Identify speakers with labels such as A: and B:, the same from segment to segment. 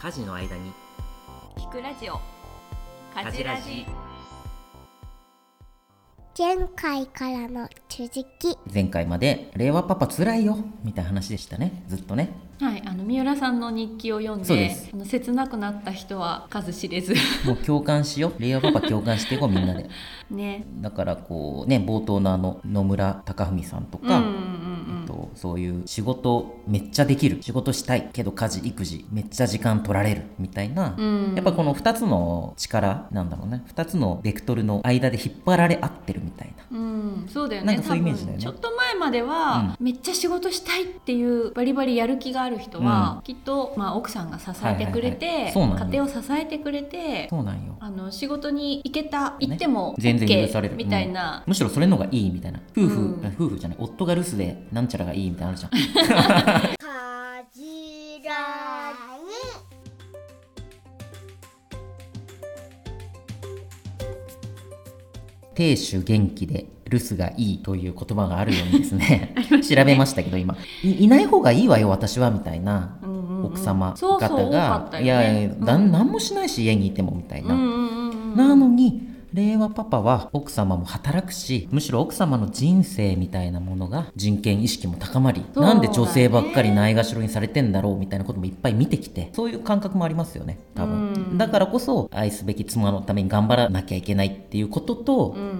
A: 家事の間に
B: 聞くラジオ
A: 家事ラジ
C: 前回からの続き
A: 前回まで令和パパつらいよみたいな話でしたねずっとね
B: はいあの三浦さんの日記を読ん
A: そう
B: で
A: です
B: あの切なくなった人は数知れず
A: もう共感しよう 令和パパ共感していこうみんなで
B: ね
A: だからこうね冒頭のあの野村隆文さんと
B: うんう
A: か、
B: んうん
A: えっと、そういう仕事めっちゃできる仕事したいけど家事育児めっちゃ時間取られるみたいな、
B: うん
A: やっぱこの2つの力なんだろうね2つのベクトルの間で引っ張られ合ってるみたいな
B: うん、そうだよ
A: なん
B: ね
A: かそういうイメージだよね
B: 多分ちょっと前までは、めっちゃ仕事したいっていうバリバリやる気がある人は、
A: う
B: きっと、まあ、奥さんが支えてくれて、
A: はいはいはいそうなんよ
B: 家庭を支えてくれて
A: そうなんよ
B: あの仕事に行けた行っ
A: ね
B: ても OK、
A: 全然許される
B: みたいな、
A: むしろそれの方がいいみたいな夫婦、
B: うん
A: 夫婦じゃない夫が留守でなんちゃらがいいみたいなのあるじゃん
C: かじらに
A: 亭主元気で留守がいいという言葉があるようにです ね調べましたけど今いいない方がいいわよ私はみたいな
B: うんうんうん
A: 奥様方
B: そうそう多か
A: が
B: ったよね
A: いやいやだ
B: うん
A: ん何もしないし家にいてもみたい
B: うん
A: な
B: うんうんうん
A: なのに令和パパは奥様も働くしむしろ奥様の人生みたいなものが人権意識も高まり
B: そうだ
A: な
B: ね
A: んで女性ばっかりないがしろにされてんだろうみたいなこともいっぱい見てきてそういう感覚もありますよね多
B: う
A: 分
B: ん
A: だからこそ愛すべき妻のために頑張らなきゃいけないっていうことと
B: うんうんうん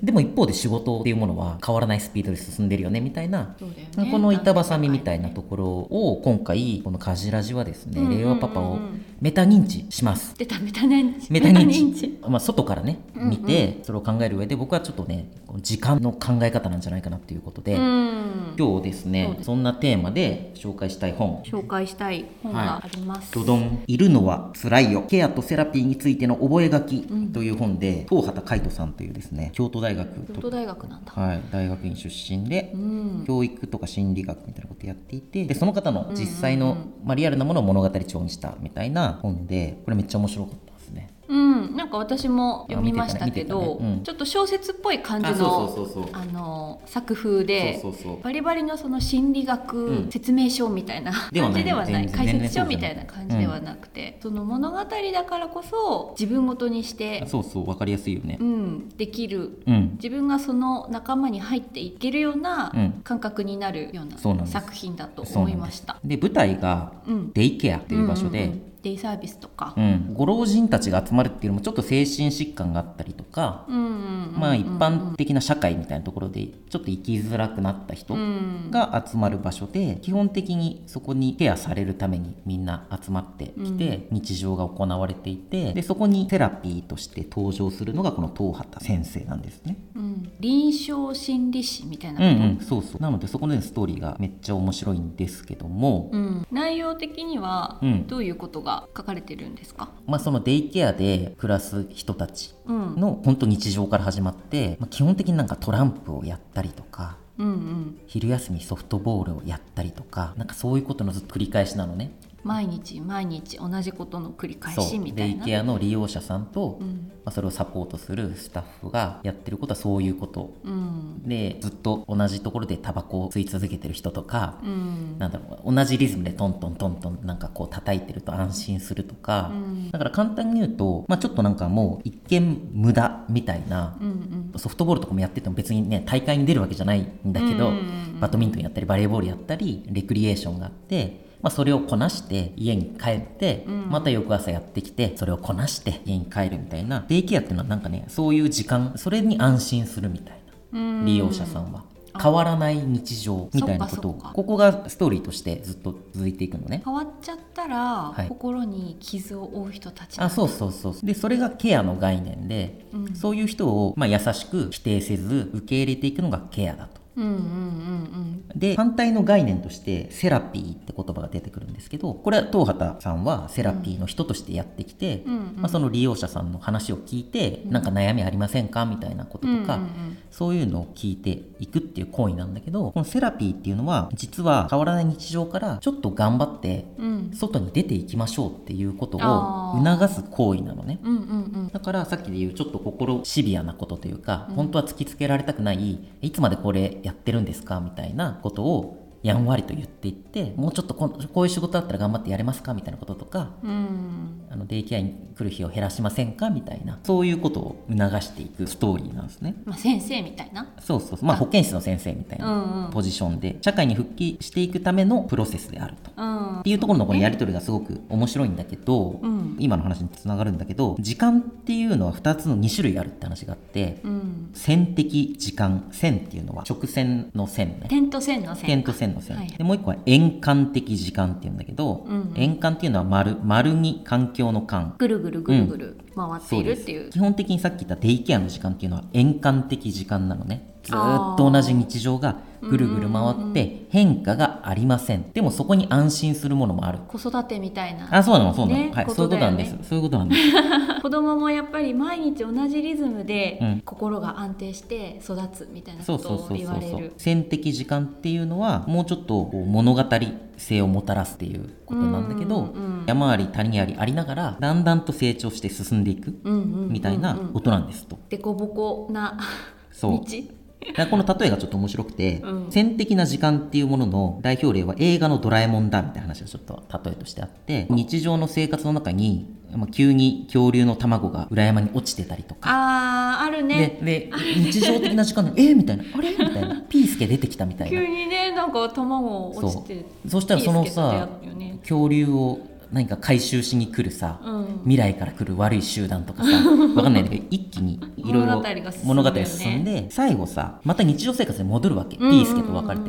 A: でも一方で仕事っていうものは変わらないスピードで進んでるよねみたいな、
B: そうだよね
A: この板挟みみたいなところを今回この「カジラジ」はですね、
B: うんうんうんうん
A: 令和パパをメタ認知します。
B: 出たメタ認知
A: メタ認
B: メタ
A: 知まあ、外からね
B: うんうん
A: 見てそれを考える上で僕はちょっとねこの時間の考え方なんじゃないかなっていうことで、
B: うん
A: 今日です
B: そう
A: ね
B: です
A: そんなテーマで紹介したい本
B: 紹介したい本があります、
A: ドドン「いるのはつらいよケアとセラピーについての覚書」
B: うん
A: という本で、東畑海人さんというですね京都大学
B: 京都大学なんだ、
A: はい、大学院出身で
B: うん
A: 教育とか心理学みたいなことやっていてでその方の実際
B: う
A: の
B: んうん、
A: まあ、リアルなものを物語調にしたみたいな本でこれめっちゃ面白かったですね。
B: うん、なんか私も読みました
A: あ見て
B: け
A: たね見て
B: ど
A: たねうん
B: ちょっと小説っぽい感じ
A: あそうそ
B: の
A: うそうそう
B: あの作風で
A: そうそうそう
B: バリバリのその心理
A: う
B: 学
A: ん
B: 説明書みたいな
A: では
B: 感
A: ない
B: じではない
A: 全然
B: 解説書
A: 全然そうじゃない
B: みたいな感じではなくてその物語だからこそ自分ごとにして
A: あ、そうそう分かりやすいよね
B: う。ん、できる
A: うん、
B: 自分がその仲間に入っていけるような
A: うん
B: 感覚になるよう
A: そうなん
B: な
A: です
B: 作品だと
A: そうなんで
B: 思
A: す
B: いました。
A: で舞台が
B: うん
A: デイケアっていう場所で、
B: んんんデイサービスとか
A: うん、ご老人たちが集まるっていうのもちょっと精神疾患があったりとか、
B: うんうんうん
A: まあ一般的な社会みたいなところでちょっと生きづらくなった人
B: うん
A: が集まる場所で基本的にそこにケアされるためにみんな集まってきて、日常が行われていてでそこにセラピーとして登場するのがこの東畑先生なんですね。
B: うん、臨床心理士みたいな
A: うん
B: こと、
A: うん、そうそうなのでそこのねストーリーがめっちゃ面白いんですけども、
B: うん内容的には
A: うん
B: どういうことが書かれてるんですか、
A: まあ、そのデイケアで暮らす人たち
B: うん
A: の本当日常から始まって、まあ、基本的になんかトランプをやったりとか
B: うんうん、
A: 昼休みソフトボールをやったりとかなんかそういうことのずっと繰り返しなのね。
B: 毎日毎日同じことの繰り返
A: そ
B: し
A: う
B: みたいな
A: デイケアの利用者さんと、
B: う
A: ま
B: ん
A: あ、それをサポートするスタッフがやってることはそういうこと
B: うん
A: でずっと同じところでタバコを吸い続けてる人とか
B: う、ん
A: なんだろう同じリズムでトントントントンなんかこう叩いてると安心するとか、
B: うん
A: だから簡単に言うと、まあ、ちょっとなんかもう一見無駄みたいな
B: う、ん
A: ソフトボールとかもやってても別にね大会に出るわけじゃないんだけど、
B: うんうんうんうん
A: バドミントンやったりバレーボールやったりレクリエーションがあって、まあ、それをこなして家に帰って、
B: うん
A: また翌朝やってきてそれをこなして家に帰るみたいなデイケアっていうのはなんかねそういう時間それに安心するみたい
B: うん
A: な利用者さんは。変わらない日常みたいなことを
B: そっかそっか
A: ここがストーリーとしてずっと続いていくのね。
B: 変わっちゃったら、
A: い
B: 心に傷を負う人たち
A: あそうそうそうでそれがケアの概念で、
B: うん
A: そういう人を、まあ、優しく否定せず受け入れていくのがケアだと
B: うんうんうんうん
A: で反対の概念としてセラピーって言葉が出てくるんですけどこれは東畑さんはセラピーの人としてやってきて、
B: うんうん
A: まあ、その利用者さんの話を聞いて、
B: うん
A: なんか悩みありませんかみたいなこととか、
B: うんうんうん
A: そういうのを聞いていくっていう行為なんだけどこのセラピーっていうのは実は変わらない日常からちょっと頑張って
B: うん
A: 外に出ていきましょうっていうこと
B: あ
A: を
B: ー
A: 促す行為なのね。
B: うんうん
A: だからさっきで言うちょっと心シビアなことというか、
B: うん
A: 本当は突きつけられたくないいつまでこれやってるんですかみたいなことをやんわりと言っていってもうちょっとこんこういう仕事だったら頑張ってやれますかみたいなこととか
B: うんうん
A: あのデイケアに来る日を減らしませんかみたいなそういうことを促していくストーリーなんですね。
B: まあ先生みたいな
A: そうそうそうまあ保健室の先生みたい
B: うんう
A: なんポ
B: ん
A: ジションで社会に復帰していくためのプロセスであると。
B: うん
A: っていうところのこのやり取りがすごく面白いんだけど、
B: うん
A: 今の話につながるんだけど時間っていうのは2つの2種類あるって話があって、
B: うん
A: 線的時間線っていうのは直線の線ね
B: 点と線の線
A: 点と線の線、
B: はい
A: でもう一個は円環的時間っていうんだけど、
B: うんうん
A: 円環っていうのは丸丸に環境の環
B: ぐるぐるぐるぐる回っているっていう
A: 基本的にさっき言ったデイケアの時間っていうのは円環的時間なのねずーっと同じ日常がぐるぐる回って変化がありませんでもそこに安心するものもある
B: 子育てみたいな
A: あそうなのそうなの、
B: ね
A: はい
B: こ
A: そうい
B: と
A: うこ
B: だ
A: とな
B: よ
A: ん
B: ね
A: ですそういうことなんです
B: 子供もやっぱり毎日同じリズムで
A: うん
B: 心が安定して育つみた いな
A: そ
B: こ
A: うそ
B: と
A: う
B: を
A: そう
B: 言
A: そ
B: わ
A: う
B: れ
A: そう
B: る
A: 線的時間っていうのはもうちょっとこう物語性をもたらすっていうことなんだけど、
B: うんうんうん
A: 山あり谷ありありながらだんだんと成長して進んでいく
B: うんうんうんうん
A: みたいなことなんですと、
B: でこぼこな
A: そう
B: 道
A: だからこの例えがちょっと面白くて、
B: うん
A: 線的な時間っていうものの代表例は映画の「ドラえもんだ」みたいな話がちょっと例えとしてあって日常の生活の中にまあ急に恐竜の卵が裏山に落ちてたりとか
B: あーあるね
A: でで日常的な時間で「えみたいな「あれ?」みたい な「ピースケ出てきた」みたいな
B: 急にねなんか卵落ちて
A: そうそしたらそのさ
B: ピースケと出会うよね
A: 恐竜を何か回収しに来るさ、
B: うん
A: 未来から来る悪い集団と かさわかんないんだけど一気にいろい
B: 物
A: ろ
B: 語が進む
A: 物
B: よね
A: 語が進んで最後さまた日常生活に戻るわけ、
B: うんうんうんうん
A: ピースケと別れて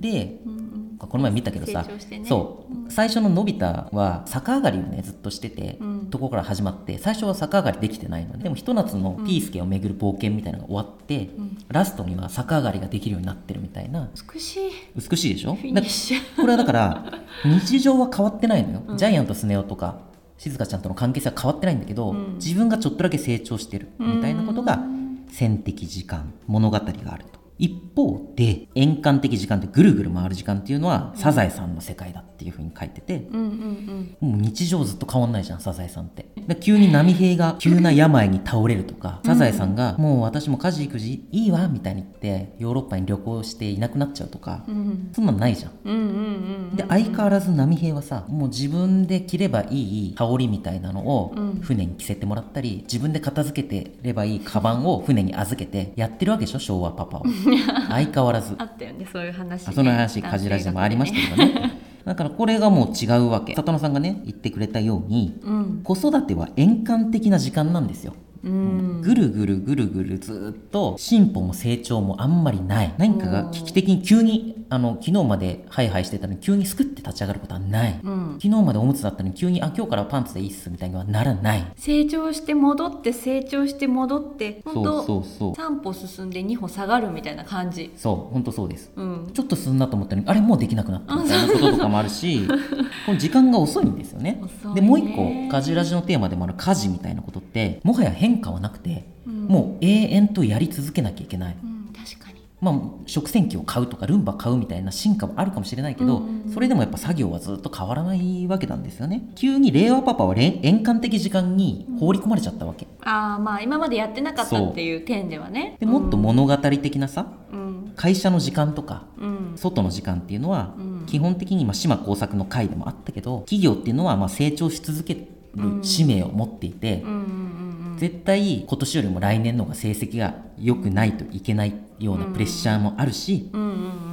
A: で
B: うんうん
A: この前見たけどさ
B: 成長してね
A: そう、最初ののび太は逆上がりをねずっとしてて、
B: うん
A: ところから始まって最初は逆上がりできてないのででもひと夏のピースケを巡る冒険みたいなのが終わって、
B: ん
A: ラストには逆上がりができるようになってるみたいな
B: 美しい
A: 美しいでしょ
B: フィニ
A: だ
B: ッシュ
A: これはだから日常は変わってないのよ、
B: うん
A: ジャイアントスネ夫とか静香ちゃんとの関係性は変わってないんだけど、
B: うん
A: 自分がちょっとだけ成長してるみたいなこと
B: う
A: が
B: ん
A: 線的時間物語があると一方で円環的時間ってぐるぐる回る時間っていうのは、サザエさんの世界だっていうふうに書いてて、
B: うんうん
A: もう日常ずっと変わんないじゃんサザエさんってだから急に波平が急な病に倒れるとかサザエさんが「もう私も家事育児いいわ」みたいに言ってヨーロッパに旅行していなくなっちゃうとか、
B: うんうん
A: そんなんないじゃん
B: うんうんうんうん
A: で相変わらず波平はさもう自分で着ればいい羽織みたいなのを
B: うん
A: 船に着せてもらったり、自分で片付けてればいいカバンを船に預けてやってるわけでしょ昭和パ パは相変わらず
B: あったよねそういう話ね
A: あその話カジラジでもありましたけどね だからこれがもう違うわけ里野さんがね言ってくれたように
B: うん
A: 子育ては円環的な時間なんですよ
B: うん
A: ぐるぐるぐるぐるずーっと進歩も成長もあんまりない何かが危機的に急にあの昨日までハイハイしてたのに急にすくって立ち上がることはない
B: うん
A: 昨日までおむつだったのに急にあ今日からパンツでいいっすみたいにはならない
B: 成長して戻って成長して戻って
A: そ
B: 本
A: うそ
B: 当
A: うそう
B: 三歩進んで二歩下がるみたいな感じ
A: そう本当そうです
B: うん
A: ちょっと進んだと思ったのにあれもうできなくなったみたいなこととかもあるし この時間が遅いんですよね
B: 遅いね
A: でもう一個家事ラジのテーマでもある家事みたいなことってもはや変化はなくて、
B: うん
A: もう永遠とやり続けなきゃいけない
B: うん確かに
A: まあ、食洗機を買うとかルンバ買うみたいな進化はあるかもしれないけど、
B: うんうんうん
A: それでもやっぱ作業はずっと変わらないわけなんですよね急に令和パパはれん円環的時間に放り込まれちゃったわけ、
B: ああまあ今までやってなかった
A: そう
B: っていう点ではね
A: でもっと
B: うん
A: 物語的なさ
B: うん
A: 会社の時間とか
B: うん
A: 外の時間っていうのは、
B: うん
A: 基本的にまあ島耕作の回でもあったけど企業っていうのはまあ成長し続ける
B: うん
A: 使命を持っていて、
B: うんうんうんうん
A: 絶対今年よりも来年の方が成績が良くないといけないようなプレッシャーもあるし、
B: うんうん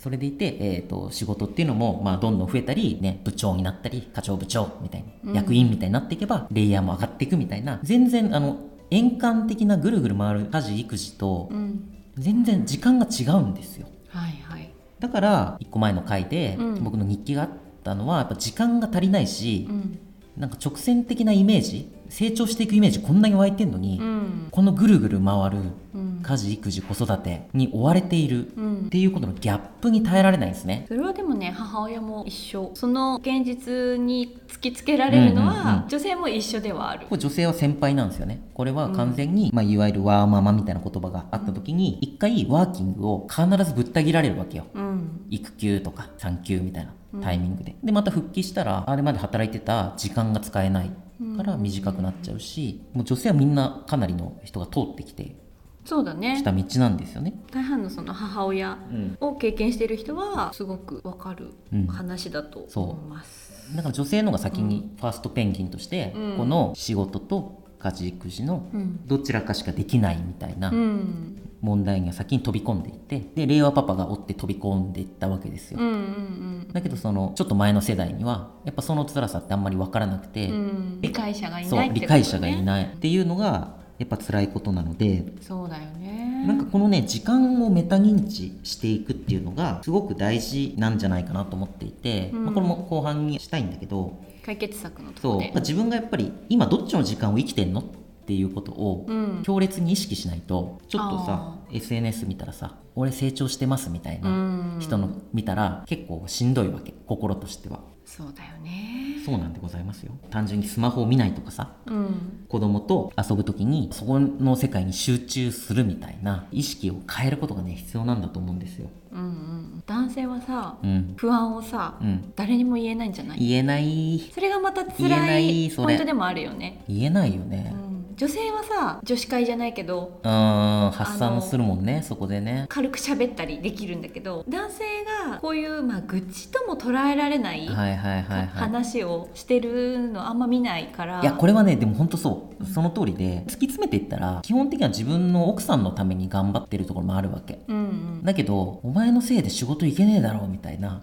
A: それでいて、えー、と仕事っていうのも、まあ、どんどん増えたり、ね、部長になったり課長部長みたいな、
B: うん
A: 役員みたいになっていけばレイヤーも上がっていくみたいな全然あの円環的なぐるぐる回る家事育児と
B: うんうん
A: 全然時間が違うんですよ
B: はいはい
A: だから1個前の回で、
B: うん
A: 僕の日記があったのはやっぱ時間が足りないし、
B: うん
A: なんか直線的なイメージ成長していくイメージこんなに湧いてんのに、
B: うん
A: このぐるぐる回る
B: うん
A: 家事育児子育てに追われている
B: うん
A: っていうことのギャップに耐えられないんですね。
B: それはでもね母親も一緒その現実に突きつけられるのは、
A: うんうんうん
B: 女性も一緒ではある
A: これ女性は先輩なんですよねこれは完全に、まあ、いわゆるワーママみたいな言葉があった時に一回ワーキングを必ずぶった切られるわけよ
B: うん
A: 育休とか産休みたいなタイミングで、でまた復帰したらあれまで働いてた時間が使えないから短くなっちゃうし、もう女性はみんなかなりの人が通ってきて
B: そうだね
A: きた道なんですよね。
B: 大半のその母親
A: うん
B: を経験している人はすごくわかる
A: うん
B: 話だと
A: そう
B: 思います、
A: だから女性の方が先にファーストペンギンとして、
B: うん
A: この仕事と家事育児の
B: うん
A: どちらかしかできないみたいな
B: うん
A: 問題には先に飛び込んでいってで令和パパが追って飛び込んでいったわけですよ、
B: うんうん
A: だけどそのちょっと前の世代にはやっぱその辛さってあんまり分からなくて、
B: うんうん理解者がい
A: そ
B: ないうってこと、ね、
A: 理解者がいないっていうのがやっぱ辛いことなので、
B: そうだよね
A: なんかこのね時間をメタ認知していくっていうのがすごく大事なんじゃないかなと思っていて、
B: うん
A: まあ、これも後半にしたいんだけど
B: 解決策のと
A: そう
B: こ
A: やっ
B: で
A: ぱ自分がやっぱり今どっちの時間を生きてんのっていうことを
B: うん
A: 強烈に意識しないとちょっとさ
B: あ
A: SNS 見たらさ俺成長してますみたいうなん人の見たら結構しんどいわけ心としては
B: そうだよね
A: そうなんでございますよ単純にスマホを見ないとかさ
B: うん
A: 子供と遊ぶ時にそこの世界に集中するみたいな意識を変えることがね必要なんだと思うんですよ。
B: うんうん男性はさ
A: うん、
B: 不安をさ、
A: うん、
B: 誰にも言えないんじゃない
A: 言えない
B: それがまた
A: 言えな
B: 辛
A: い
B: い
A: それ
B: ポイントでもあるよね、
A: 言えないよ
B: う
A: ね。
B: ん、女性はさ女子会じゃないけど
A: うーん発散するもんねそこでね。
B: 軽く喋ったりできるんだけど男性がこういう、まあ、愚痴とも捉えられない、
A: はいはいはいはい。
B: 話をしてるのあんま見ないから
A: いやこれはねでも本当そうその通りで突き詰めていったら基本的には自分の奥さんのために頑張ってるところもあるわけ。
B: うんうん
A: だけどお前のせいで仕事行けねえだろうみたいな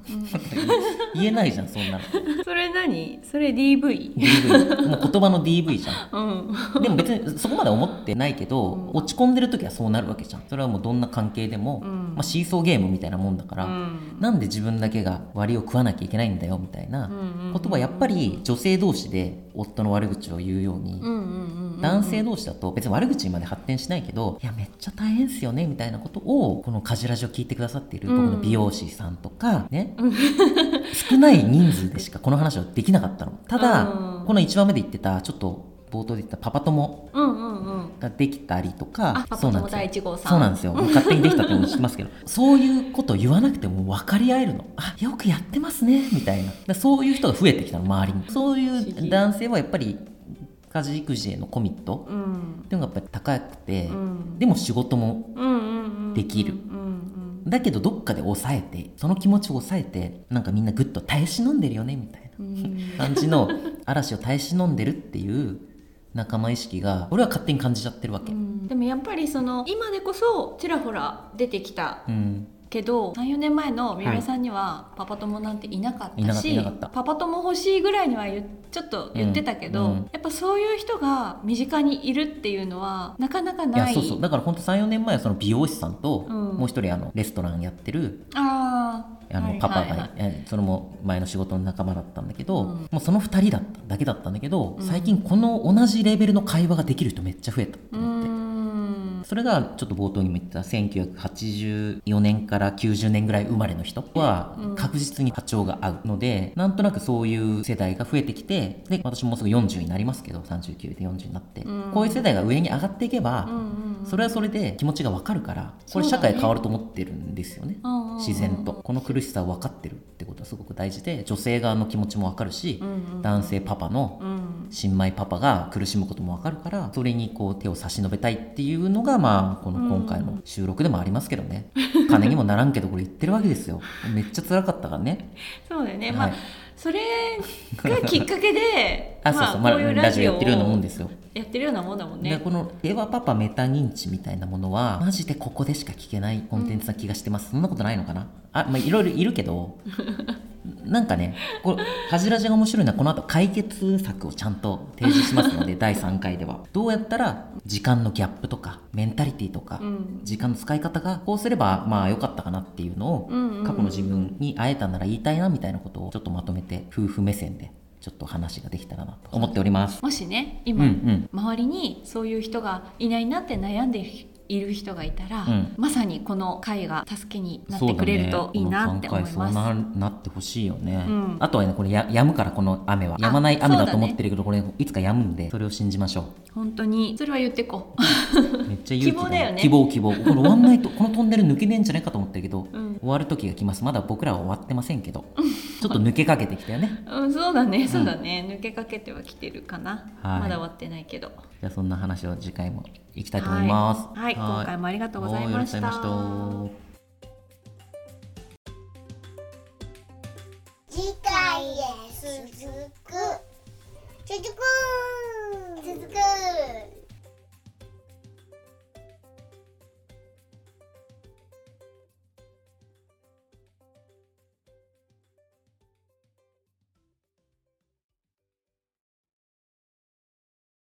A: 言えないじゃんそんなの
B: それ何それ DV?
A: DV もう言葉の DV じゃん。
B: うん
A: でも別にそこまで思ってないけど、
B: うん
A: 落ち込んでる時はそうなるわけじゃんそれはもうどんな関係でも、
B: うん
A: まあ、シーソーゲームみたいなもんだから、
B: うん
A: なんで自分だけが割を食わなきゃいけないんだよみたいなことはやっぱり女性同士で夫の悪口を言うように、
B: うんうんうんうん
A: 男性同士だと別に悪口にまで発展しないけどいやめっちゃ大変っすよねみたいなことをこの「カジラジ」を聞いてくださっている
B: うん
A: 僕の美容師さんとか、ね少ない人数でしかこの話はできなかったのただ、
B: うん
A: この1話目で言ってたちょっと冒頭で言ったパパ友
B: うんうんうん
A: ができたりとか
B: あパ
A: そう
B: パ
A: なんですよ
B: 友第一号さん
A: そうなんですよもう勝手にできたってことにして ますけどそういうこと言わなくても分かり合えるのあよくやってますねみたいなだそういう人が増えてきたの周りにそういう男性はやっぱり家事育児へのコミット
B: うん
A: っていうのがやっぱり高くて、
B: うん
A: でも仕事も
B: うんうんうん
A: できる
B: うんうん
A: だけどどっかで抑えてその気持ちを抑えてなんかみんなぐっと耐え忍んでるよねみたい
B: うんうん
A: な感じの嵐を耐え忍んでるっていう仲間意識が俺は勝手に感じちゃってるわけ。
B: う
A: うん
B: んでもやっぱりその今でこそちらほら出てきたけど34年前の三浦さんにはパパ友なんていなかっ
A: いな
B: た
A: かった
B: し
A: いなかった
B: パパ友欲しいぐらいには言っちょっと言ってたけど、
A: うんうん
B: やっぱそういう人が身近にいるっていうのはなかなか
A: いや
B: ない
A: そうそうだからほんと34年前はその美容師さんと、
B: うん
A: もう一人あのレストランやってる
B: あー
A: あのパパが、
B: はいはいはい
A: えそれも前の仕事の仲間だったんだけど、
B: うん
A: もうその2人だっただけだったんだけど、
B: うん
A: 最近この同じレベルの会話ができる人めっちゃ増えたと
B: うー
A: 思って。
B: ん
A: それがちょっと冒頭にも言った1984年から90年ぐらい生まれの人は
B: うん
A: 確実に波長が合うので、なんとなくそういう世代が増えてきてで私ももうすぐ40になりますけど39で40になって、
B: うん
A: こういう世代が上に上がっていけば、
B: うんうんうん
A: それはそれで気持ちが分かるからこれ
B: そうだ
A: 社会
B: ね
A: 変わると思ってるんですよね
B: うんうんうん
A: 自然とこの苦しさを分かってるってことはすごく大事で女性側の気持ちも分かるし、
B: うんうん
A: 男性パパの
B: うん
A: 新米パパが苦しむことも分かるからそれにこう手を差し伸べたいっていうのがまあこの今回の収録でもありますけどね、金にもならんけどこれ言ってるわけですよめっちゃ辛かったからね
B: そうだよね、
A: はい
B: まあそれがきっかけ で
A: あそうそう、まあ、ラジオやってるようなもんですすよ
B: やってるようなもんだもん
A: で
B: ね
A: この「令和パパメタ認知」みたいなものはマジでここでしか聞けないコンテンツな気がしてます、そんなことないのかなあまあいろいろいるけど なんかねこれ「恥じらじ」が面白いのはこの後解決策をちゃんと提示しますの で第3回ではどうやったら時間のギャップとかメンタリティとか、
B: うん
A: 時間の使い方がこうすればまあ良かったかなっていうのを
B: うんうんうん
A: 過去の自分に会えたなら言いたいなみたいなことをちょっとまとめて夫婦目線でちょっと話ができたらなと思っております。
B: もしね
A: うんう
B: 今、
A: ん
B: 周りにそういう人がいないなって悩んでいる人がいたら、
A: うん
B: まさにこの会が助けになっ
A: そう
B: て
A: だね
B: くれるといいなって思い
A: この
B: ま
A: 三回
B: す。
A: そうななってほしいよね、
B: うん
A: あとはねこれややむからこの雨は
B: あ
A: やまない雨
B: そ
A: だ
B: うだね
A: と思ってるけど、これいつかやむんでそれを信じましょ
B: 本当にそれは言ってこ
A: うめっちゃ勇気
B: 希望だよね
A: 希望希望このワンナイトこのトンネル抜けねえんじゃないかと思ってるけど、
B: う。うん、
A: 終わる時が来ますまだ僕らは終わってませんけどちょっと抜けかけてきたよね
B: うん、そうだねそうだね、抜けかけてはきてるかな、
A: はい
B: まだ終わってないけど。
A: じゃあそんな話を次回もいきたいと思います
B: はい、はい今回もありがとうございました。
A: はいありがとうございました
C: 次回へ続く続く続く